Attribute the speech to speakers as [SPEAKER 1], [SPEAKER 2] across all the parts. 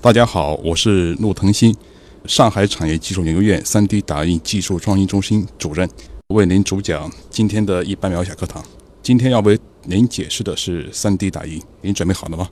[SPEAKER 1] 大家好，我是陆腾新，上海产业技术研究院 3D 打印技术创新中心主任，为您主讲今天的一百秒小课堂。今天要为您解释的是 3D 打印，您准备好了吗？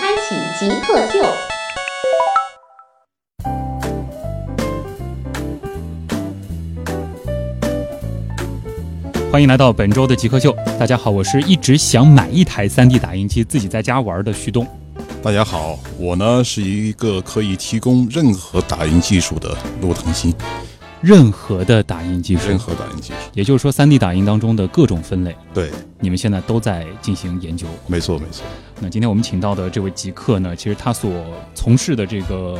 [SPEAKER 2] 开启极客秀。
[SPEAKER 3] 欢迎来到本周的极客秀，大家好，我是一直想买一台 3D 打印机自己在家玩的旭东。
[SPEAKER 1] 大家好，我呢是一个可以提供任何打印技术的陆腾新。
[SPEAKER 3] 任何的打印技术，
[SPEAKER 1] 任何打印技术，
[SPEAKER 3] 也就是说，3D 打印当中的各种分类，
[SPEAKER 1] 对，
[SPEAKER 3] 你们现在都在进行研究。
[SPEAKER 1] 没错，没错。
[SPEAKER 3] 那今天我们请到的这位极客呢，其实他所从事的这个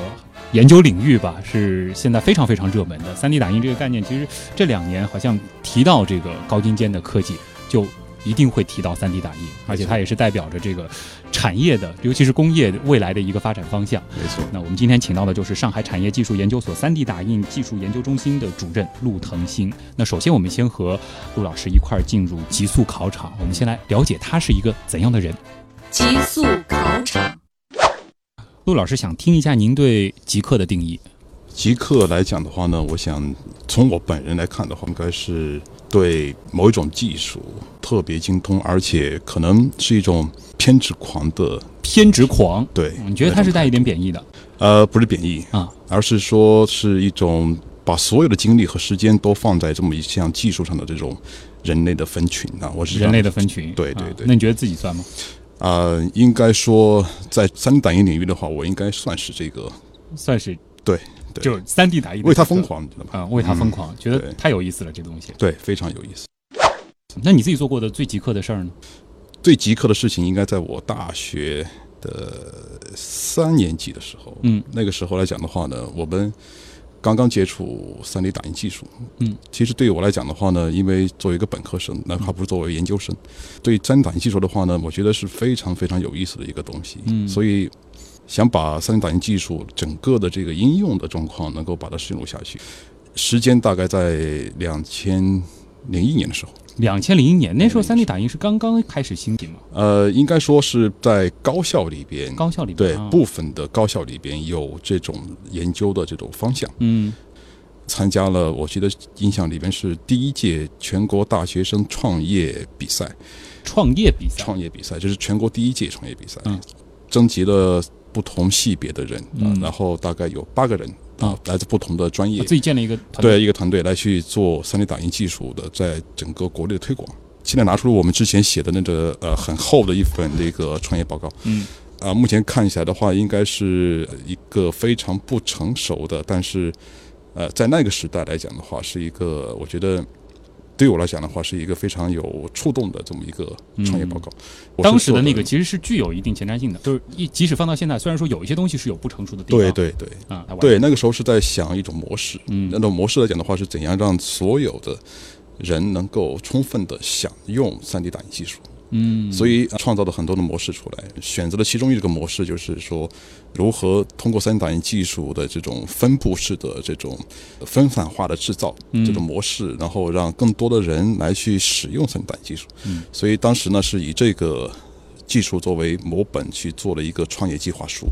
[SPEAKER 3] 研究领域吧，是现在非常非常热门的。3D 打印这个概念，其实这两年好像提到这个高精尖的科技，就一定会提到 3D 打印，而且它也是代表着这个产业的，尤其是工业未来的一个发展方向。
[SPEAKER 1] 没错。
[SPEAKER 3] 那我们今天请到的就是上海产业技术研究所 3D 打印技术研究中心的主任陆腾新。那首先我们先和陆老师一块儿进入极速考场，我们先来了解他是一个怎样的人。
[SPEAKER 4] 极速考场，
[SPEAKER 3] 陆老师想听一下您对极客的定义。
[SPEAKER 1] 极客来讲的话呢，我想从我本人来看的话，应该是对某一种技术特别精通，而且可能是一种偏执狂的。
[SPEAKER 3] 偏执狂，嗯
[SPEAKER 1] 对，
[SPEAKER 3] 你觉得他是带一点贬义的？
[SPEAKER 1] 呃，不是贬义
[SPEAKER 3] 啊，
[SPEAKER 1] 而是说是一种把所有的精力和时间都放在这么一项技术上的这种人类的分群啊。我是
[SPEAKER 3] 人类的分群，
[SPEAKER 1] 对对对。
[SPEAKER 3] 啊那你觉得自己算吗？
[SPEAKER 1] 呃，应该说在三 D 打印领域的话，我应该算是这个
[SPEAKER 3] 算是
[SPEAKER 1] 对，对
[SPEAKER 3] 就三 D 打印的
[SPEAKER 1] 为他
[SPEAKER 3] 极客
[SPEAKER 1] 疯狂，你知道吧？
[SPEAKER 3] 啊，为他疯狂，觉得
[SPEAKER 1] 对
[SPEAKER 3] 太有意思了这东西。
[SPEAKER 1] 对，非常有意思。
[SPEAKER 3] 那你自己做过的最极客的事儿呢？
[SPEAKER 1] 最极客的事情应该在我大学的三年级的时候，
[SPEAKER 3] 嗯，
[SPEAKER 1] 那个时候来讲的话呢，我们刚刚接触 3D 打印技术，
[SPEAKER 3] 嗯，
[SPEAKER 1] 其实对于我来讲的话呢，因为作为一个本科生，哪怕不是作为研究生，对 3D 打印技术的话呢，我觉得是非常非常有意思的一个东西，
[SPEAKER 3] 嗯
[SPEAKER 1] 所以。想把 3D 打印技术整个的这个应用的状况能够把它深入下去，时间大概在两千零一年的时候。
[SPEAKER 3] 两千零一年那时候三 D 打印是刚刚开始兴起嘛，
[SPEAKER 1] 呃，应该说是在高校里边，
[SPEAKER 3] 高校里面
[SPEAKER 1] 对
[SPEAKER 3] 啊
[SPEAKER 1] 部分的高校里边有这种研究的这种方向，
[SPEAKER 3] 嗯
[SPEAKER 1] 参加了，我记得印象里边是第一届全国大学生创业比赛，
[SPEAKER 3] 创业比赛
[SPEAKER 1] 创业比赛这是全国第一届创业比赛，
[SPEAKER 3] 嗯
[SPEAKER 1] 征集了不同系别的人，啊
[SPEAKER 3] 嗯
[SPEAKER 1] 然后大概有八个人
[SPEAKER 3] 啊，
[SPEAKER 1] 来自不同的专业
[SPEAKER 3] 我，自己建了一个团队，
[SPEAKER 1] 对一个团队来去做 3D 打印技术的在整个国内的推广。现在拿出了我们之前写的那个呃很厚的一本那个创业报告，
[SPEAKER 3] 嗯
[SPEAKER 1] 啊，目前看起来的话，应该是一个非常不成熟的，但是，呃，在那个时代来讲的话，是一个我觉得对我来讲的话，是一个非常有触动的这么一个创业报告。我是
[SPEAKER 3] 嗯当时的那个
[SPEAKER 1] 做
[SPEAKER 3] 其实是具有一定前瞻性的，就是一即使放到现在，虽然说有一些东西是有不成熟的地方，
[SPEAKER 1] 对对对
[SPEAKER 3] 啊，它完
[SPEAKER 1] 对，那个时候是在想一种模式，
[SPEAKER 3] 嗯
[SPEAKER 1] 那种模式来讲的话，是怎样让所有的人能够充分的享用 3D 打印技术。
[SPEAKER 3] 嗯，
[SPEAKER 1] 所以呃创造了很多的模式出来，选择了其中一个模式，就是说如何通过 3D 打印技术的这种分布式的这种分散化的制造
[SPEAKER 3] 嗯
[SPEAKER 1] 这种模式，然后让更多的人来去使用 3D 打印技术。
[SPEAKER 3] 嗯
[SPEAKER 1] 所以当时
[SPEAKER 3] 啊
[SPEAKER 1] 呢是以这个技术作为模本去做了一个创业计划书。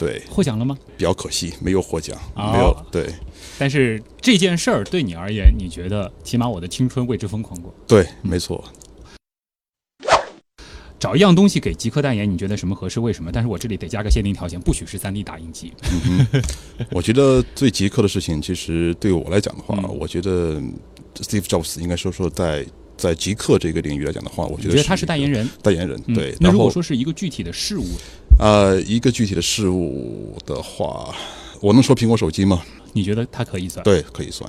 [SPEAKER 1] 对，
[SPEAKER 3] 获奖了吗？
[SPEAKER 1] 比较可惜没有获奖，
[SPEAKER 3] 哦
[SPEAKER 1] 没有对
[SPEAKER 3] 但是这件事儿对你而言，你觉得起码我的青春为之疯狂过。
[SPEAKER 1] 对，没 错，
[SPEAKER 3] 找一样东西给极客代言，你觉得什么合适？为什么？但是我这里得加个限定条件，不许是三 D 打印机。
[SPEAKER 1] 我觉得最极客的事情，其实对我来讲的话，
[SPEAKER 3] 嗯
[SPEAKER 1] 我觉得 Steve Jobs 应该说说在在极客 这个领域来讲的话，我
[SPEAKER 3] 你
[SPEAKER 1] 觉得
[SPEAKER 3] 觉得他是
[SPEAKER 1] 一个
[SPEAKER 3] 代言人？
[SPEAKER 1] 代言人，
[SPEAKER 3] 嗯
[SPEAKER 1] 对。
[SPEAKER 3] 那
[SPEAKER 1] 然
[SPEAKER 3] 如果
[SPEAKER 1] 后
[SPEAKER 3] 说是一个具体的事物，
[SPEAKER 1] 呃，一个具体的事物的话，我能说苹果手机吗？
[SPEAKER 3] 你觉得它可以算？
[SPEAKER 1] 对，可以算。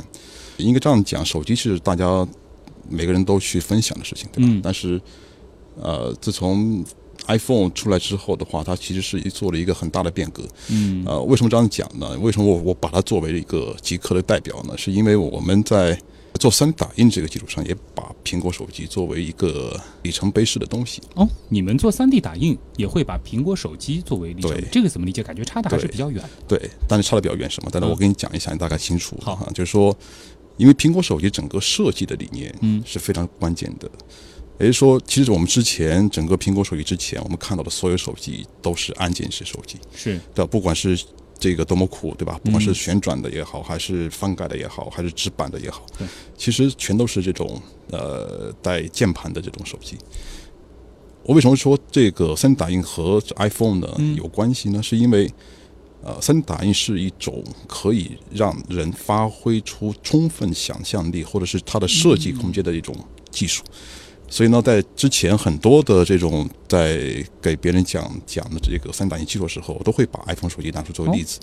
[SPEAKER 1] 应该这样讲，手机是大家每个人都去分享的事情，对吧？
[SPEAKER 3] 嗯
[SPEAKER 1] 但是，呃，自从 iPhone 出来之后的话，它其实是做了一个很大的变革。
[SPEAKER 3] 嗯
[SPEAKER 1] 呃，为什么这样讲呢？为什么我我把它作为一个极客的代表呢？是因为我们在做三 D 打印这个基础上，也把苹果手机作为一个里程碑式的东西。
[SPEAKER 3] 哦，你们做三 D 打印也会把苹果手机作为例证
[SPEAKER 1] 对，
[SPEAKER 3] 这个怎么理解？感觉差的还是
[SPEAKER 1] 对
[SPEAKER 3] 比较远。
[SPEAKER 1] 对，但是差的比较远什么？但是我
[SPEAKER 3] 嗯
[SPEAKER 1] 跟你讲一下，你大概清楚。
[SPEAKER 3] 好
[SPEAKER 1] 啊，就是说，因为苹果手机整个设计的理念，
[SPEAKER 3] 嗯
[SPEAKER 1] 是非常关键的。也就是说，其实我们之前整个苹果手机之前，我们看到的所有手机都是按键式手机，
[SPEAKER 3] 是，
[SPEAKER 1] 对吧？不管是这个多么酷，对吧？不管
[SPEAKER 3] 嗯
[SPEAKER 1] 是旋转的也好，还是翻盖的也好，还是直板的也好
[SPEAKER 3] 对，
[SPEAKER 1] 其实全都是这种呃带键盘的这种手机。我为什么说这个三 D 打印和 iPhone 呢
[SPEAKER 3] 嗯
[SPEAKER 1] 有关系呢？是因为呃，三 D 打印是一种可以让人发挥出充分想象力，或者是它的设计空间的一种技术。所以呢，在之前很多的这种在给别人讲讲的这个三 D 打印技术的时候，我都会把 iPhone 手机拿出作为例子。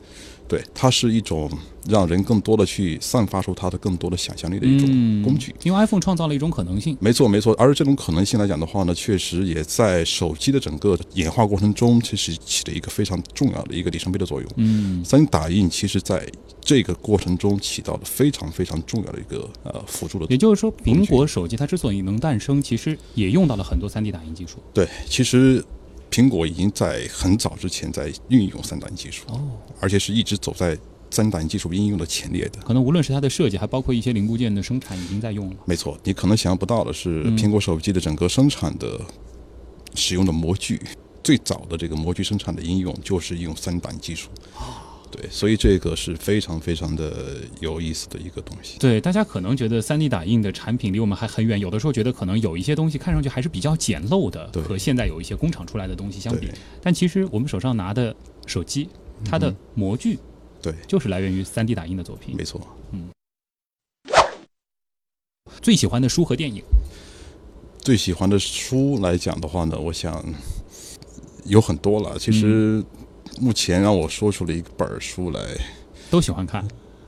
[SPEAKER 1] 对，它是一种让人更多的去散发出它的更多的想象力的一种
[SPEAKER 3] 嗯，
[SPEAKER 1] 工具。
[SPEAKER 3] 因为 iPhone 创造了一种可能性。
[SPEAKER 1] 没错，没错。而这种可能性来讲的话呢，确实也在手机的整个演化过程中，其实起了一个非常重要的一个里程碑的作用。
[SPEAKER 3] 嗯，
[SPEAKER 1] 三 D 打印其实在这个过程中起到了非常非常重要的一个呃辅助的作
[SPEAKER 3] 也
[SPEAKER 1] 用。
[SPEAKER 3] 就是说，苹果手机它之所以能诞生，其实也用到了很多三 D 打印技术。
[SPEAKER 1] 对，其实苹果已经在很早之前在运用三 D 打印技术，
[SPEAKER 3] 哦，
[SPEAKER 1] 而且是一直走在三 D 打印技术应用的前列的。
[SPEAKER 3] 可能无论是它的设计，还包括一些零部件的生产，已经在用了。
[SPEAKER 1] 没错，你可能想象不到的是，
[SPEAKER 3] 嗯
[SPEAKER 1] 苹果手机的整个生产的使用的模具，最早的这个模具生产的应用就是用三档技术。对，所以这个是非常非常的有意思的一个东西。
[SPEAKER 3] 对，大家可能觉得 3D 打印的产品离我们还很远，有的时候觉得可能有一些东西看上去还是比较简陋的，
[SPEAKER 1] 对
[SPEAKER 3] 和现在有一些工厂出来的东西相比
[SPEAKER 1] 对，
[SPEAKER 3] 但其实我们手上拿的手机，它的模具
[SPEAKER 1] 嗯对，
[SPEAKER 3] 就是来源于 3D 打印的作品
[SPEAKER 1] 没。错。
[SPEAKER 3] 最喜欢的书和电影，
[SPEAKER 1] 最喜欢的书来讲的话呢，我想有很多了。其实目前让我说出了一本儿书来，
[SPEAKER 3] 都喜欢看。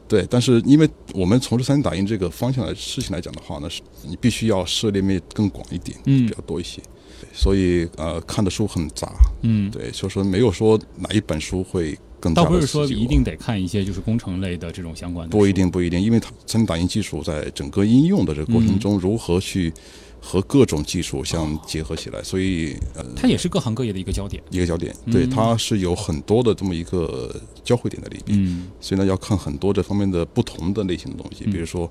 [SPEAKER 1] 对，但是因为我们从事三 D 打印这个方向的事情来讲的话呢，是你必须要涉猎面更广一点，
[SPEAKER 3] 嗯
[SPEAKER 1] 比较多一些，对所以呃看的书很杂，
[SPEAKER 3] 嗯，
[SPEAKER 1] 对，所以说没有说哪一本书会更加
[SPEAKER 3] 倒
[SPEAKER 1] 地
[SPEAKER 3] 不是说
[SPEAKER 1] 刺激我
[SPEAKER 3] 一定得看一些就是工程类的这种相关的，
[SPEAKER 1] 不一。定不一定，因为它三 D 打印技术在整个应用的这个过
[SPEAKER 3] 嗯
[SPEAKER 1] 程中，如何去和各种技术相结合起来，所以呃
[SPEAKER 3] 它也是各行各业的一个焦点。
[SPEAKER 1] 一个焦点，对，
[SPEAKER 3] 嗯
[SPEAKER 1] 它是有很多的这么一个交汇点在里面。
[SPEAKER 3] 嗯，
[SPEAKER 1] 所以呢，要看很多这方面的不同的类型的东西，
[SPEAKER 3] 嗯
[SPEAKER 1] 比如说，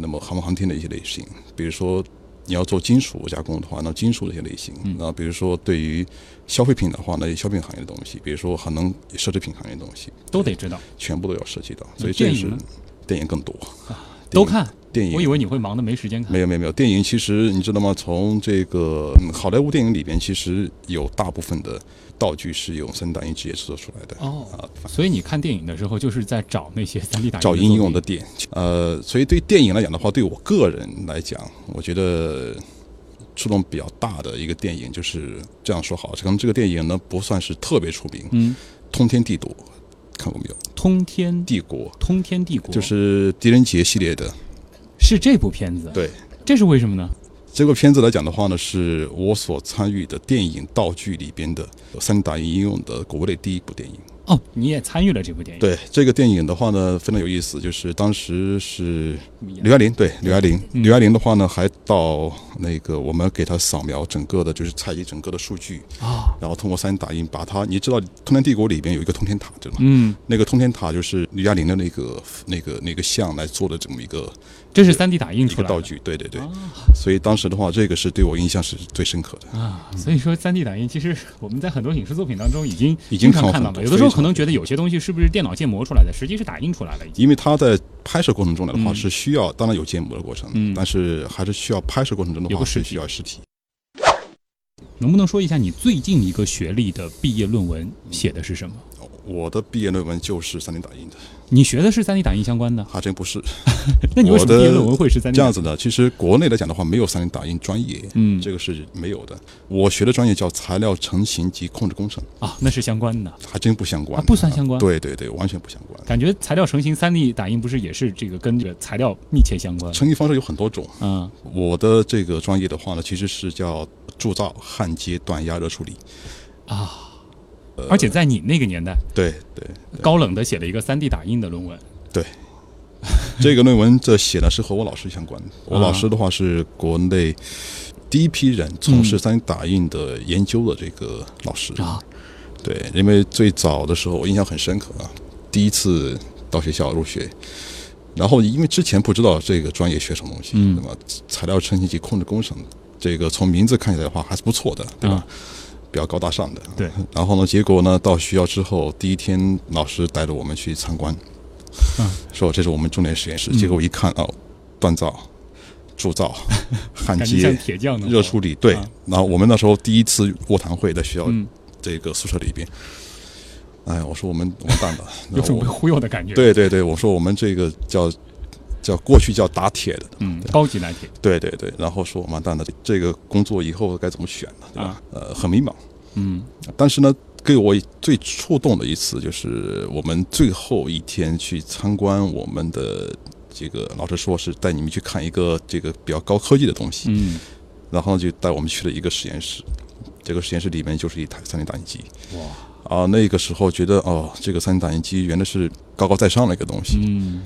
[SPEAKER 1] 那么航空航天的一些类型，比如说你要做金属加工的话，那金属的一些类型，
[SPEAKER 3] 嗯
[SPEAKER 1] 那比如说对于消费品的话呢，消费品行业的东西，比如说可能奢侈品行业的东西，
[SPEAKER 3] 都得知道，
[SPEAKER 1] 全部都要涉及到。所以
[SPEAKER 3] 那
[SPEAKER 1] 这
[SPEAKER 3] 电影
[SPEAKER 1] 是
[SPEAKER 3] 呢
[SPEAKER 1] 电影更多，
[SPEAKER 3] 都看。
[SPEAKER 1] 电影
[SPEAKER 3] 我以为你会忙得没时间看。
[SPEAKER 1] 没有没有没有，电影其实你知道吗？从这个嗯好莱坞电影里边，其实有大部分的道具是用三 D 打印直接制作出来的。
[SPEAKER 3] 哦
[SPEAKER 1] 啊，
[SPEAKER 3] 所以你看电影的时候，就是在找那些 3D 打
[SPEAKER 1] 找
[SPEAKER 3] 印作
[SPEAKER 1] 应用
[SPEAKER 3] 品
[SPEAKER 1] 的点。呃，所以对电影来讲的话，对我个人来讲，我觉得触动比较大的一个电影就是这样说好，可能这个电影呢不算是特别出名，
[SPEAKER 3] 嗯，
[SPEAKER 1] 通天帝国》看过没有？
[SPEAKER 3] 通天
[SPEAKER 1] 帝国
[SPEAKER 3] 通天帝国
[SPEAKER 1] 就是狄仁杰系列的，
[SPEAKER 3] 是这部片子，，
[SPEAKER 1] 对。
[SPEAKER 3] 这是为什么呢？
[SPEAKER 1] 这个片子来讲的话呢，是我所参与的电影道具里边的三打应用的国内第一部电影。
[SPEAKER 3] 哦，你也参与了这部电影，，
[SPEAKER 1] 对这个电影的话呢，非常有意思，就是当时是刘爱玲，对刘爱玲，
[SPEAKER 3] 嗯
[SPEAKER 1] 刘爱玲的话呢，还到那个我们给她扫描整个的，就是采集整个的数据
[SPEAKER 3] 啊，
[SPEAKER 1] 然后通过三 D 打印把它，你知道《通天帝国》里边有一个通天塔，对吗？
[SPEAKER 3] 嗯，
[SPEAKER 1] 那个通天塔就是吕亚玲的那个、那个、那个像来做的这么一个
[SPEAKER 3] 这是 3D 打印
[SPEAKER 1] 一
[SPEAKER 3] 出
[SPEAKER 1] 个
[SPEAKER 3] 来
[SPEAKER 1] 道
[SPEAKER 3] 的啊
[SPEAKER 1] 具，对对对。所以当时的话，这个是对我印象是最深刻的。
[SPEAKER 3] 啊啊，所以说 3D 打印其实我们在很多影视作品当中已经
[SPEAKER 1] 已经
[SPEAKER 3] 经常
[SPEAKER 1] 看
[SPEAKER 3] 看
[SPEAKER 1] 过
[SPEAKER 3] 到
[SPEAKER 1] 很多
[SPEAKER 3] 了，
[SPEAKER 1] 嗯
[SPEAKER 3] 有的时候可可能觉得有些东西是不是电脑建模出来的，实际是打印出来的已经。
[SPEAKER 1] 因为它在拍摄过程中来的话
[SPEAKER 3] 嗯
[SPEAKER 1] 是需要，当然有建模的过程，
[SPEAKER 3] 嗯
[SPEAKER 1] 但是还是需要拍摄过程中的
[SPEAKER 3] 有
[SPEAKER 1] 话
[SPEAKER 3] 个实
[SPEAKER 1] 是
[SPEAKER 3] 体
[SPEAKER 1] 需要实体。
[SPEAKER 3] 能不能说一下你最近一个学历的毕业论文写的是什么？
[SPEAKER 1] 呃我的毕业论文就是三 D 打印的，
[SPEAKER 3] 你学的是三 D 打印相关的，
[SPEAKER 1] 还真不是。
[SPEAKER 3] 那你为什么
[SPEAKER 1] 我
[SPEAKER 3] 毕
[SPEAKER 1] 的
[SPEAKER 3] 业论文会是三 D？
[SPEAKER 1] 这样子的，其实国内来讲的话，没有三 D 打印专业，
[SPEAKER 3] 嗯
[SPEAKER 1] 这个是没有的。我学的专业叫材料成型及控制工程，
[SPEAKER 3] 啊，那是相关的。
[SPEAKER 1] 还真不相关、
[SPEAKER 3] 啊不算相关
[SPEAKER 1] 对对对，完全不相关。
[SPEAKER 3] 感觉材料成型三 D 打印不是也是这个跟这个材料密切相关？
[SPEAKER 1] 成型方式有很多种，
[SPEAKER 3] 嗯，
[SPEAKER 1] 我的这个专业的话呢，其实是叫铸造、焊接、短压热处理。
[SPEAKER 3] 而且在你那个年代，
[SPEAKER 1] 对对
[SPEAKER 3] 高冷的写了一个三 D 打印的论文，
[SPEAKER 1] 对，这个论文这写的是和我老师相关的。我老师的话是国内第一批人从事三 D 打印的研究的这个老师
[SPEAKER 3] 嗯啊。
[SPEAKER 1] 对，因为最早的时候我印象很深刻啊，第一次到学校入学。然后，因为之前不知道这个专业学什么东西，
[SPEAKER 3] 嗯
[SPEAKER 1] 对吧？材料成型及控制工程，这个从名字看起来的话还是不错的，对吧？
[SPEAKER 3] 啊
[SPEAKER 1] 比较高大上的。
[SPEAKER 3] 对，
[SPEAKER 1] 然后呢，结果呢，到学校之后，第一天老师带着我们去参观，
[SPEAKER 3] 嗯
[SPEAKER 1] 说这是我们重点实验室。结果我一看啊，锻造、铸造、焊
[SPEAKER 3] 感觉像
[SPEAKER 1] 接、
[SPEAKER 3] 铁匠的活
[SPEAKER 1] 热处理，对
[SPEAKER 3] 啊。
[SPEAKER 1] 然后我们那时候第一次卧谈会在学校
[SPEAKER 3] 嗯
[SPEAKER 1] 这个宿舍里边，哎，我说我们完蛋了，
[SPEAKER 3] 有
[SPEAKER 1] 然后
[SPEAKER 3] 种被
[SPEAKER 1] 我
[SPEAKER 3] 忽悠的感觉。，
[SPEAKER 1] 对对对，我说我们这个叫叫过去叫打铁的，
[SPEAKER 3] 嗯，高级拿铁，
[SPEAKER 1] 对对对，然后说完蛋了，这个工作以后该怎么选呢？对吧？
[SPEAKER 3] 啊
[SPEAKER 1] 呃，很迷茫。
[SPEAKER 3] 嗯
[SPEAKER 1] 但是呢，给我最触动的一次就是我们最后一天去参观我们的这个老师说是带你们去看一个这个比较高科技的东西，
[SPEAKER 3] 嗯，
[SPEAKER 1] 然后就带我们去了一个实验室，这个实验室里面就是一台三 D 打印机。
[SPEAKER 3] 哇，
[SPEAKER 1] 啊，那个时候觉得哦，这个三 D 打印机原来是高高在上的一个东西。
[SPEAKER 3] 嗯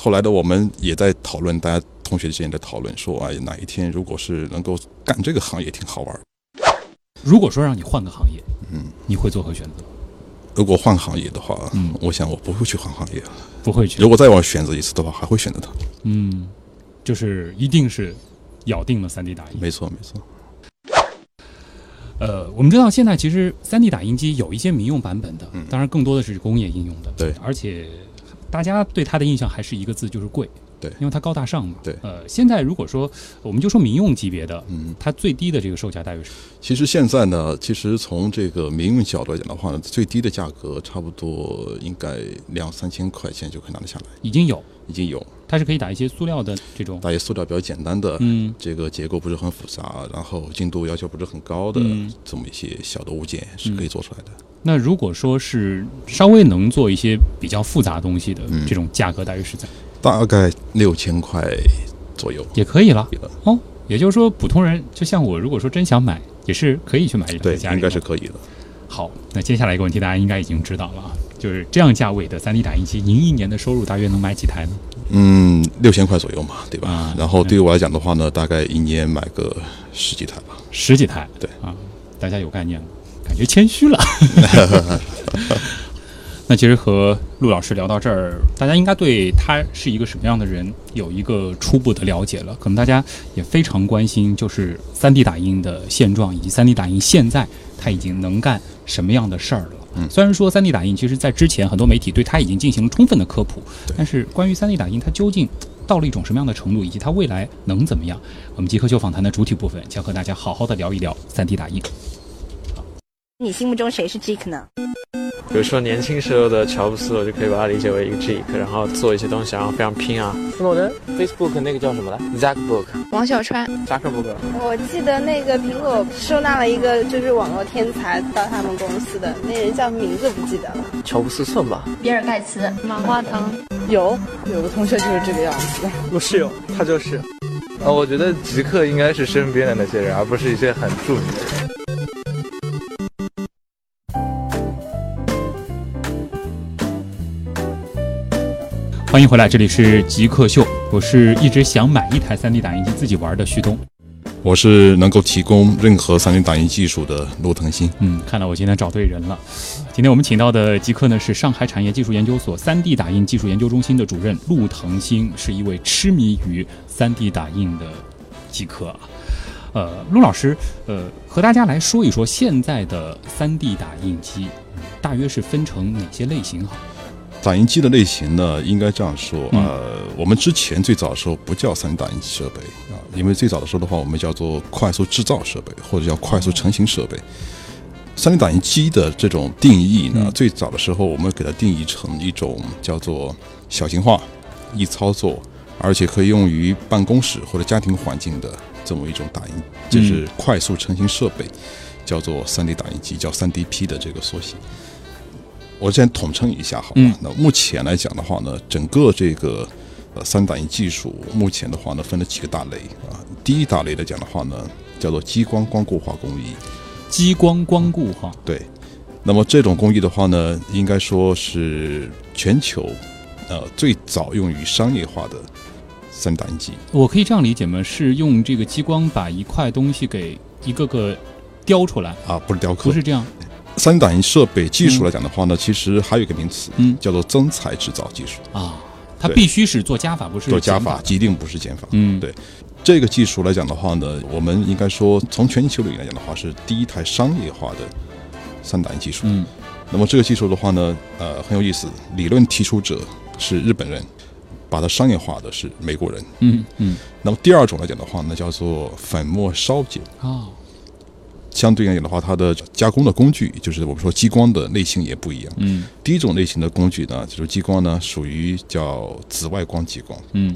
[SPEAKER 1] 后来呢，我们也在讨论，大家同学之间也在讨论说，哎，哪一天如果是能够干这个行业，挺好玩儿。
[SPEAKER 3] 如果说让你换个行业，
[SPEAKER 1] 嗯，
[SPEAKER 3] 你会做何选择？
[SPEAKER 1] 如果换行业的话，
[SPEAKER 3] 嗯
[SPEAKER 1] 我想我不会去换行业了。
[SPEAKER 3] 不会去
[SPEAKER 1] 如，果再我选择一次的话，还会选择它。
[SPEAKER 3] 嗯，就是一定是咬定了三 D 打印。
[SPEAKER 1] 没错，没错。
[SPEAKER 3] 呃，我们知道现在其实三 D 打印机有一些民用版本的，
[SPEAKER 1] 嗯
[SPEAKER 3] 当然更多的是工业应用的。
[SPEAKER 1] 对
[SPEAKER 3] 而且大家对它的印象还是一个字，就是贵。
[SPEAKER 1] 对
[SPEAKER 3] 因为它高大上嘛。
[SPEAKER 1] 对
[SPEAKER 3] 呃，现在如果说我们就说民用级别的，
[SPEAKER 1] 嗯，
[SPEAKER 3] 它最低的这个售价大约是
[SPEAKER 1] 其实现在呢，其实从这个民用角度来讲的话呢，最低的价格差不多应该两三千块钱就可以拿得下来，
[SPEAKER 3] 已经有，
[SPEAKER 1] 已经有。
[SPEAKER 3] 它是可以打一些塑料的这种，
[SPEAKER 1] 大家塑料比较简单的，
[SPEAKER 3] 嗯
[SPEAKER 1] 这个结构不是很复杂，然后精度要求不是很高的、
[SPEAKER 3] 嗯
[SPEAKER 1] 这么一些小的物件是可以做出来的。
[SPEAKER 3] 那如果说是稍微能做一些比较复杂东西的
[SPEAKER 1] 嗯
[SPEAKER 3] 这种价格，大约是在
[SPEAKER 1] 大概六千块左右。
[SPEAKER 3] 也可以了
[SPEAKER 1] 也可以
[SPEAKER 3] 哦。也就是说，普通人就像我，如果说真想买，也是可以去买一台
[SPEAKER 1] 对，
[SPEAKER 3] 家里
[SPEAKER 1] 应该是
[SPEAKER 3] 嘛
[SPEAKER 1] 可以的。
[SPEAKER 3] 好。那接下来一个问题，大家应该已经知道了啊，就是这样价位的三 D 打印机，您一年的收入大约能买几台呢？
[SPEAKER 1] 嗯，六千块左右嘛，对吧？
[SPEAKER 3] 啊
[SPEAKER 1] 然后对于我来讲的话呢，大概一年买个十几台吧。
[SPEAKER 3] 十几台，
[SPEAKER 1] 对
[SPEAKER 3] 啊，大家有概念吗？感觉谦虚了。 那其实和陆老师聊到这儿，大家应该对他是一个什么样的人有一个初步的了解了。可能大家也非常关心，就是三 D 打印的现状，以及三 D 打印现在它已经能干什么样的事儿了。虽然说三 D 打印其实在之前很多媒体对它已经进行了充分的科普，但是关于三 D 打印它究竟到了一种什么样的程度，以及它未来能怎么样，我们极客秀访谈的主体部分将和大家好好的聊一聊三 D 打印。
[SPEAKER 5] 你心目中谁是 Jake 呢？
[SPEAKER 6] 比如说年轻时候的乔布斯，我就可以把它理解为一个 geek，然后做一些东西，然后非常拼啊。
[SPEAKER 7] 诺登，Facebook 那个叫什么来？Zackbook，
[SPEAKER 8] 王小川，
[SPEAKER 7] 扎克伯格。
[SPEAKER 9] 我记得那个苹果收纳了一个就是网络天才到他们公司的那人叫名字不记得了。
[SPEAKER 7] 乔布斯算吧。
[SPEAKER 8] 比尔盖茨，马化腾，
[SPEAKER 9] 有有个同学就是这个样子。
[SPEAKER 7] 我室友，他就是。
[SPEAKER 10] 呃，我觉得极客应该是身边的那些人，而不是一些很著名的人。
[SPEAKER 3] 欢迎回来，这里是极客秀，我是一直想买一台三 D 打印机自己玩的旭东。
[SPEAKER 1] 我是能够提供任何 3D 打印技术的陆腾新。
[SPEAKER 3] 嗯，看来我今天找对人了。今天我们请到的极客呢是上海产业技术研究所 3D 打印技术研究中心的主任陆腾新，是一位痴迷于 3D 打印的极客啊。呃，陆老师，呃，和大家来说一说现在的 3D 打印机，嗯大约是分成哪些类型好？
[SPEAKER 1] 打印机的类型呢，应该这样说，
[SPEAKER 3] 嗯
[SPEAKER 1] 呃，我们之前最早的时候不叫 3D 打印机设备啊，因为最早的时候的话，我们叫做快速制造设备或者叫快速成型设备。3D 打印机的这种定义呢，嗯最早的时候我们给它定义成一种叫做小型化、易操作，而且可以用于办公室或者家庭环境的这么一种打印，就是快速成型设备，叫做 3D 打印机，叫 3DP 的这个缩写。我先统称一下好了。
[SPEAKER 3] 嗯
[SPEAKER 1] 那目前来讲的话呢，整个这个呃三打印技术，目前的话呢分了几个大类啊。第一大类来讲的话呢，叫做激光光固化工艺。
[SPEAKER 3] 激光光固化，
[SPEAKER 1] 对，那么这种工艺的话呢，应该说是全球呃最早用于商业化的三打印机。
[SPEAKER 3] 我可以这样理解吗？是用这个激光把一块东西给一个个雕出来，
[SPEAKER 1] 啊，不是雕刻，
[SPEAKER 3] 不是这样。
[SPEAKER 1] 三 D 打印设备技术来讲的话呢，其实还有一个名词，
[SPEAKER 3] 嗯
[SPEAKER 1] 叫做增材制造技术
[SPEAKER 3] 啊，它
[SPEAKER 1] 对
[SPEAKER 3] 必须是做加法，不是
[SPEAKER 1] 做加
[SPEAKER 3] 减
[SPEAKER 1] 法，一定不是减法。
[SPEAKER 3] 嗯，
[SPEAKER 1] 对。这个技术来讲的话呢，我们应该说从全球领域来讲的话，是第一台商业化的三打印技术。
[SPEAKER 3] 嗯，
[SPEAKER 1] 那么这个技术的话呢，呃，很有意思，理论提出者是日本人，把它商业化的是美国人。
[SPEAKER 3] 嗯嗯
[SPEAKER 1] 那么第二种来讲的话呢，叫做粉末烧结
[SPEAKER 3] 哦，
[SPEAKER 1] 相对应的话，它的加工的工具，就是我们说激光的类型也不一样。
[SPEAKER 3] 嗯
[SPEAKER 1] 第一种类型的工具呢，就是激光呢，属于叫紫外光激光。
[SPEAKER 3] 嗯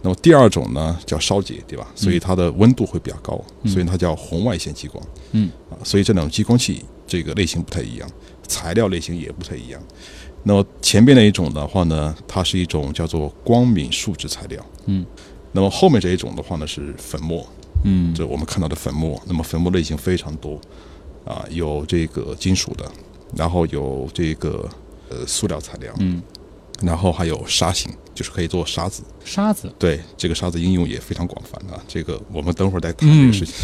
[SPEAKER 1] 那么第二种呢叫烧结，对吧？所以它的温度会比较高，所以它叫红外线激光
[SPEAKER 3] 嗯
[SPEAKER 1] 啊。所以这两种激光器这个类型不太一样，材料类型也不太一样。那么前面那一种的话呢，它是一种叫做光敏树脂材料。
[SPEAKER 3] 嗯
[SPEAKER 1] 那么后面这一种的话呢是粉末，
[SPEAKER 3] 嗯，
[SPEAKER 1] 这我们看到的粉末。那么粉末类型非常多啊，有这个金属的，然后有这个呃塑料材料，
[SPEAKER 3] 嗯，
[SPEAKER 1] 然后还有沙型，就是可以做沙子。
[SPEAKER 3] 沙子，
[SPEAKER 1] 对这个沙子应用也非常广泛啊。这个我们等会儿再谈这个事情。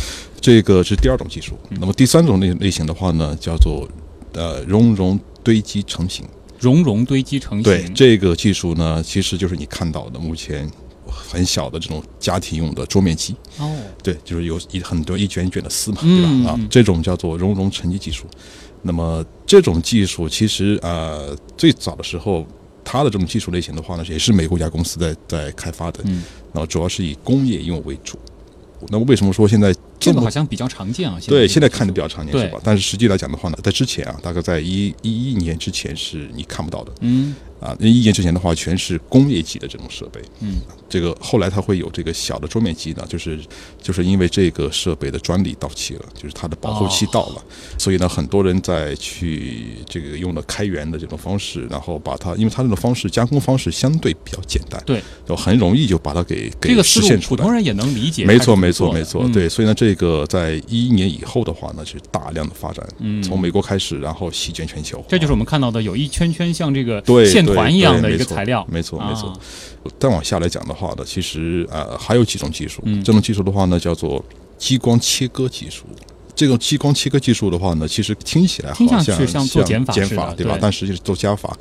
[SPEAKER 1] 这个是第二种技术。那么第三种类类型的话呢，叫做呃熔融堆积成型。
[SPEAKER 3] 熔融堆积成型，
[SPEAKER 1] 对这个技术呢，其实就是你看到的目前很小的这种家庭用的桌面机。
[SPEAKER 3] 哦，
[SPEAKER 1] 对，就是有一很多一卷一卷的丝嘛，对吧？
[SPEAKER 3] 嗯
[SPEAKER 1] 啊
[SPEAKER 3] 嗯，
[SPEAKER 1] 这种叫做熔融沉积技术。那么这种技术其实呃，最早的时候，它的这种技术类型的话呢，也是美国一家公司在在开发的，
[SPEAKER 3] 嗯，
[SPEAKER 1] 然后主要是以工业应用为主。那么为什么说现在
[SPEAKER 3] 这个
[SPEAKER 1] 么
[SPEAKER 3] 好像比较常见啊。
[SPEAKER 1] 对，现在
[SPEAKER 3] 这个
[SPEAKER 1] 看的比较常见是吧
[SPEAKER 3] 对？
[SPEAKER 1] 但是实际来讲的话呢，在之前啊，大概在一一一年之前是你看不到的
[SPEAKER 3] 嗯
[SPEAKER 1] 啊。一一年之前的话，全是工业级的这种设备。
[SPEAKER 3] 嗯，
[SPEAKER 1] 这个后来它会有这个小的桌面机呢，就是就是因为这个设备的专利到期了，就是它的保护期到了，
[SPEAKER 3] 哦
[SPEAKER 1] 所以呢，很多人在去这个用了开源的这种方式，然后把它，因为它这种方式加工方式相对比较简单，
[SPEAKER 3] 对，
[SPEAKER 1] 就很容易就把它给
[SPEAKER 3] 这
[SPEAKER 1] 给
[SPEAKER 3] 个思
[SPEAKER 1] 实
[SPEAKER 3] 路
[SPEAKER 1] 现
[SPEAKER 3] 普
[SPEAKER 1] 出来
[SPEAKER 3] 通。人也能理解。
[SPEAKER 1] 没错，
[SPEAKER 3] 它
[SPEAKER 1] 没
[SPEAKER 3] 是怎
[SPEAKER 1] 错，
[SPEAKER 3] 么
[SPEAKER 1] 没
[SPEAKER 3] 做
[SPEAKER 1] 错
[SPEAKER 3] 的。嗯
[SPEAKER 1] 对，，所以呢，这个在一一年以后的话呢，是大量的发展，
[SPEAKER 3] 嗯
[SPEAKER 1] 从美国开始，然后席卷全球。
[SPEAKER 3] 这就是我们看到的有一圈圈像这个
[SPEAKER 1] 对
[SPEAKER 3] 线
[SPEAKER 1] 对
[SPEAKER 3] 团一样的
[SPEAKER 1] 对
[SPEAKER 3] 一个
[SPEAKER 1] 没错
[SPEAKER 3] 材料，
[SPEAKER 1] 没错
[SPEAKER 3] 啊
[SPEAKER 1] 没错。再往下来讲的话呢，其实呃还有几种技术，
[SPEAKER 3] 嗯
[SPEAKER 1] 这种技术的话呢叫做激光切割技术。这种激光切割技术的话呢，其实听起来好
[SPEAKER 3] 听上去
[SPEAKER 1] 像
[SPEAKER 3] 像做减法
[SPEAKER 1] 减
[SPEAKER 3] 似的
[SPEAKER 1] 法对吧？
[SPEAKER 3] 对
[SPEAKER 1] 但实际是做加法。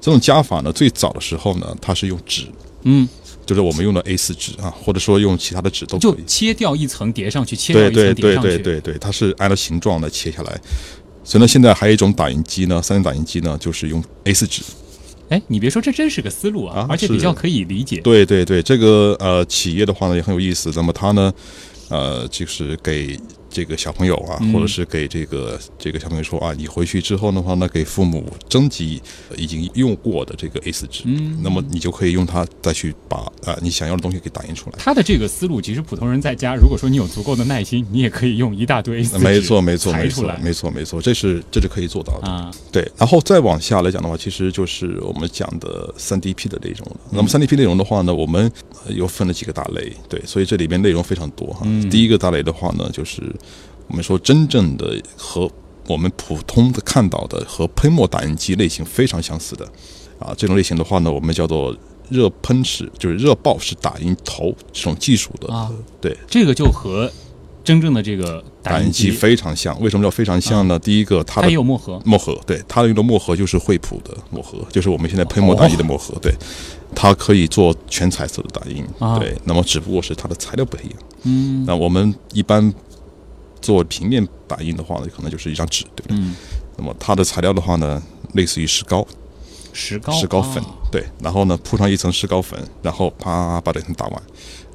[SPEAKER 1] 这种加法呢，最早的时候呢，它是用纸，
[SPEAKER 3] 嗯，
[SPEAKER 1] 就是我们用的 A 4纸啊，或者说用其他的纸都可
[SPEAKER 3] 就
[SPEAKER 1] 以。
[SPEAKER 3] 切掉一层叠上去，切掉
[SPEAKER 1] 对
[SPEAKER 3] 一
[SPEAKER 1] 对
[SPEAKER 3] 层叠
[SPEAKER 1] 对
[SPEAKER 3] 上去。
[SPEAKER 1] 对对对，它是按照形状来切下来。所以呢，现在还有一种打印机呢，三 D 打印机呢，就是用 A 4纸，
[SPEAKER 3] 哎，你别说，这真是个思路啊，
[SPEAKER 1] 啊
[SPEAKER 3] 而且
[SPEAKER 1] 是
[SPEAKER 3] 比较可以理解。
[SPEAKER 1] 对对对，这个呃企业的话呢也很有意思，那么它呢，呃，就是给这个小朋友啊，
[SPEAKER 3] 嗯
[SPEAKER 1] 或者是给这个这个小朋友说啊，你回去之后的话呢，给父母征集已经用过的这个 A 4纸，
[SPEAKER 3] 嗯
[SPEAKER 1] 那么你就可以用它再去把啊、你想要的东西给打印出来。
[SPEAKER 3] 他的这个思路，其实普通人在家，如果说你有足够的耐心，你也可以用一大堆 A4 纸
[SPEAKER 1] 没错，没错，
[SPEAKER 3] 裁
[SPEAKER 1] 没
[SPEAKER 3] 出
[SPEAKER 1] 错
[SPEAKER 3] 来，
[SPEAKER 1] 没错，没错，这是这是可以做到的。
[SPEAKER 3] 啊，
[SPEAKER 1] 对，然后再往下来讲的话，其实就是我们讲的三 DP 的内容了。那么三 DP 内容的话呢，我们呃又分了几个大类，对，所以这里面内容非常多哈。
[SPEAKER 3] 嗯
[SPEAKER 1] 第一个大类的话呢，就是我们说真正的和我们普通的看到的和喷墨打印机类型非常相似的啊，这种类型的话呢，我们叫做热喷式，就是热爆式打印头这种技术的，
[SPEAKER 3] 啊
[SPEAKER 1] 对，
[SPEAKER 3] 这个就和真正的这个
[SPEAKER 1] 打
[SPEAKER 3] 印
[SPEAKER 1] 印机非常像。为什么叫非常像呢？第一个，它
[SPEAKER 3] 啊它
[SPEAKER 1] 的
[SPEAKER 3] 也有墨盒，
[SPEAKER 1] 墨盒，对，它用的墨盒就是惠普的墨盒，就是我们现在喷墨
[SPEAKER 3] 哦
[SPEAKER 1] 打印的墨盒，对，它可以做全彩色的打印，
[SPEAKER 3] 啊
[SPEAKER 1] 对，那么只不过是它的材料不一样。
[SPEAKER 3] 嗯
[SPEAKER 1] 那我们一般做平面打印的话呢，可能就是一张纸，对不对？
[SPEAKER 3] 嗯
[SPEAKER 1] 那么它的材料的话呢，类似于石膏，
[SPEAKER 3] 石膏
[SPEAKER 1] 石膏粉，
[SPEAKER 3] 哦
[SPEAKER 1] 对，然后呢铺上一层石膏粉，然后啪把这层打完，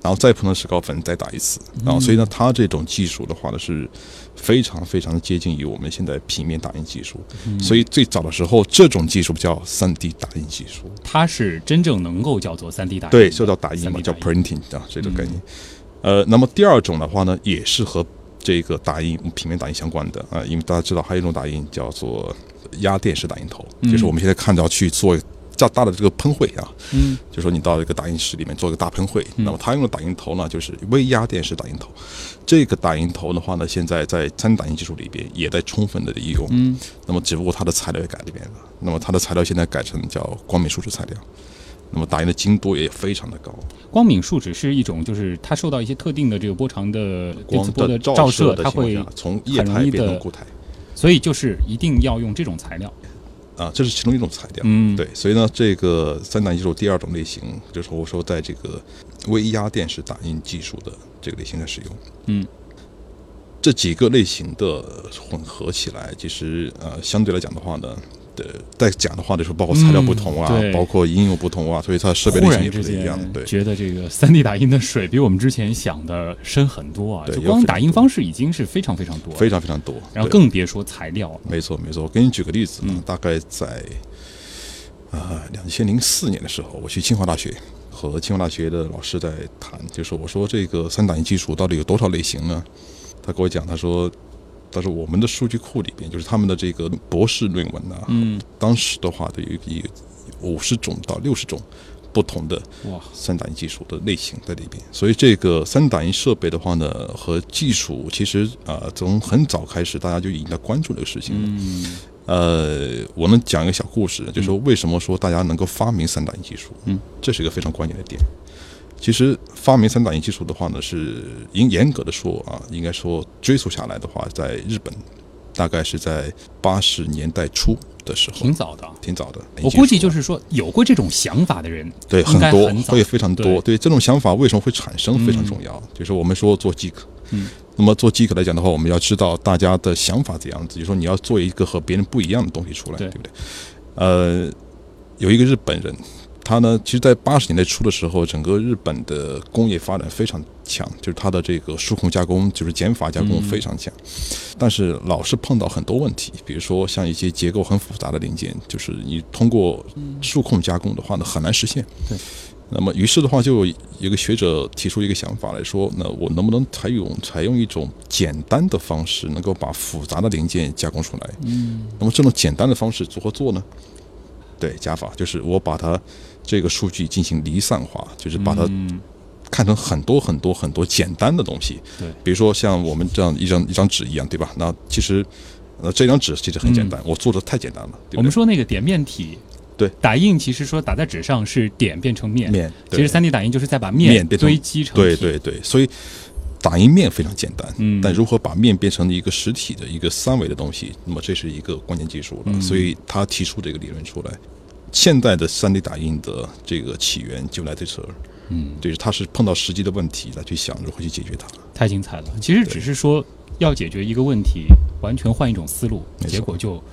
[SPEAKER 1] 然后再铺上石膏粉再打一次，然后所以呢，它这种技术的话呢是非常非常接近于我们现在平面打印技术，
[SPEAKER 3] 嗯
[SPEAKER 1] 所以最早的时候这种技术叫三 D 打印技术，
[SPEAKER 3] 它是真正能够叫做三 D 打印的，嗯
[SPEAKER 1] 对，就叫打印嘛，
[SPEAKER 3] 3D
[SPEAKER 1] 叫 printing 啊，这种概念。呃，那么第二种的话呢，也是和这个打印平面打印相关的啊、呃因为大家知道还有一种打印叫做压电式打印头，
[SPEAKER 3] 嗯
[SPEAKER 1] 就是我们现在看到去做较大的这个喷绘啊，
[SPEAKER 3] 嗯，
[SPEAKER 1] 就说你到一个打印室里面做一个大喷绘，那么它用的打印头呢，就是微压电式打印头。这个打印头的话呢，现在在三 D 打印技术里边也在充分的利用，
[SPEAKER 3] 嗯，
[SPEAKER 1] 那么只不过它的材料也改里面了，那么它的材料现在改成叫光敏树脂材料，那么打印的精度也非常的高。
[SPEAKER 3] 光敏树脂是一种，就是它受到一些特定的这个波长的电磁波
[SPEAKER 1] 光的
[SPEAKER 3] 照
[SPEAKER 1] 照射的情
[SPEAKER 3] 它
[SPEAKER 1] 况
[SPEAKER 3] 会
[SPEAKER 1] 下从液
[SPEAKER 3] 很容
[SPEAKER 1] 态
[SPEAKER 3] 易
[SPEAKER 1] 变
[SPEAKER 3] 的
[SPEAKER 1] 成固态，
[SPEAKER 3] 所以就是一定要用这种材料。
[SPEAKER 1] 啊，这是其中一种材料。
[SPEAKER 3] 嗯
[SPEAKER 1] 对，所以呢，这个三打印技术第二种类型，就是我说在这个微压电式打印技术的这个类型在使用。
[SPEAKER 3] 嗯，
[SPEAKER 1] 这几个类型的混合起来，其实呃，相对来讲的话呢。的在讲的话就是包括材料不同啊
[SPEAKER 3] 嗯，对
[SPEAKER 1] 包括应用不同啊，所以它的设备类
[SPEAKER 3] 忽
[SPEAKER 1] 型
[SPEAKER 3] 然
[SPEAKER 1] 也
[SPEAKER 3] 之
[SPEAKER 1] 不太一样。
[SPEAKER 3] 间
[SPEAKER 1] 对，
[SPEAKER 3] 觉得这个三 D 打印的水比我们之前想的深很多啊，
[SPEAKER 1] 对
[SPEAKER 3] 就
[SPEAKER 1] 有
[SPEAKER 3] 光
[SPEAKER 1] 非
[SPEAKER 3] 打印方式已经是非常非常多了，
[SPEAKER 1] 非常非常多。
[SPEAKER 3] 然后
[SPEAKER 1] 对
[SPEAKER 3] 更别说材料了。
[SPEAKER 1] 没错，没错。我给你举个例子啊，大概在啊两千零四年的时候，我去清华大学和清华大学的老师在谈，就是我说这个三打印技术到底有多少类型呢？他给我讲，他说，他说我们的数据库里边，就是他们的这个博士论文呢、
[SPEAKER 3] 嗯，
[SPEAKER 1] 当时的话都有一五十种到六十种不同的
[SPEAKER 3] 哇
[SPEAKER 1] 三打印技术的类型在里边。所以这个三打印设备的话呢，和技术其实啊、呃从很早开始大家就已经在关注这个事情了。
[SPEAKER 3] 嗯，
[SPEAKER 1] 呃，我能讲一个小故事，就是说为什么说大家能够发明三打印技术，
[SPEAKER 3] 嗯，
[SPEAKER 1] 这是一个非常关键的点。其实发明三打印技术的话呢，是严严格的说啊，应该说追溯下来的话，在日本大概是在八十年代初的时候，
[SPEAKER 3] 挺早的啊。
[SPEAKER 1] 挺早的。
[SPEAKER 3] 我估计就是是说，有过这种想法的人，
[SPEAKER 1] 对
[SPEAKER 3] 应该
[SPEAKER 1] 多
[SPEAKER 3] 很早
[SPEAKER 1] 会非常多。
[SPEAKER 3] 对
[SPEAKER 1] 对这种想法为什么会产生非常重要，就是我们说做即可。
[SPEAKER 3] 嗯，
[SPEAKER 1] 那么做即可来讲的话，我们要知道大家的想法怎样子，就是说你要做一个和别人不一样的东西出来，
[SPEAKER 3] 对
[SPEAKER 1] 对不对？呃，有一个日本人，他呢，其实，在八十年代初的时候，整个日本的工业发展非常强，就是它的这个数控加工，就是减法加
[SPEAKER 3] 嗯
[SPEAKER 1] 工非常强，但是老是碰到很多问题，比如说像一些结构很复杂的零件，就是你通过
[SPEAKER 3] 嗯
[SPEAKER 1] 数控加工的话呢，很难实现。
[SPEAKER 3] 对。
[SPEAKER 1] 那么，于是的话，就有一个学者提出一个想法来说，那我能不能采用采用一种简单的方式，能够把复杂的零件加工出来？嗯。那么，这种简单的方式如何做呢？对，加法就是我把它这个数据进行离散化，就是把它
[SPEAKER 3] 嗯，
[SPEAKER 1] 看成很多很多很多简单的东西。
[SPEAKER 3] 对
[SPEAKER 1] 比如说像我们这样一张一张纸一样，对吧？那其实，呃，这张纸其实很简单，我做的太简单了。对不对
[SPEAKER 3] 我们说那个点面体，
[SPEAKER 1] 对
[SPEAKER 3] 打印其实说打在纸上是点变成面，
[SPEAKER 1] 面
[SPEAKER 3] 其
[SPEAKER 1] 对
[SPEAKER 3] 实三 D 打印就是在把
[SPEAKER 1] 面变成
[SPEAKER 3] 堆积成
[SPEAKER 1] 对
[SPEAKER 3] 体
[SPEAKER 1] 对对，所以打印面非常简单，
[SPEAKER 3] 嗯
[SPEAKER 1] 但如何把面变成一个实体的一个三维的东西，那么这是一个关键技术了。
[SPEAKER 3] 嗯
[SPEAKER 1] 所以他提出这个理论出来，现代的三 D 打印的这个起源就来自这儿。嗯，就是他是碰到实际的问题来去想如何去解决它。
[SPEAKER 3] 太精彩了。其实只是说要解决一个问题，完全换一种思路，
[SPEAKER 1] 没错
[SPEAKER 3] 结果就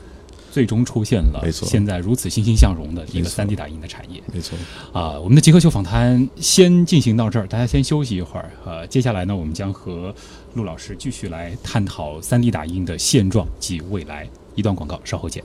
[SPEAKER 3] 最终出现了
[SPEAKER 1] 没错
[SPEAKER 3] 现在如此欣欣向荣的一
[SPEAKER 1] 没
[SPEAKER 3] 个
[SPEAKER 1] 错
[SPEAKER 3] 三 D 打印的产业
[SPEAKER 1] 没错，
[SPEAKER 3] 啊、我们的极客秀访谈先进行到这儿，大家先休息一会儿。呃，接下来呢，我们将和陆老师继续来探讨三 D 打印的现状及未来。一段广告，稍后见。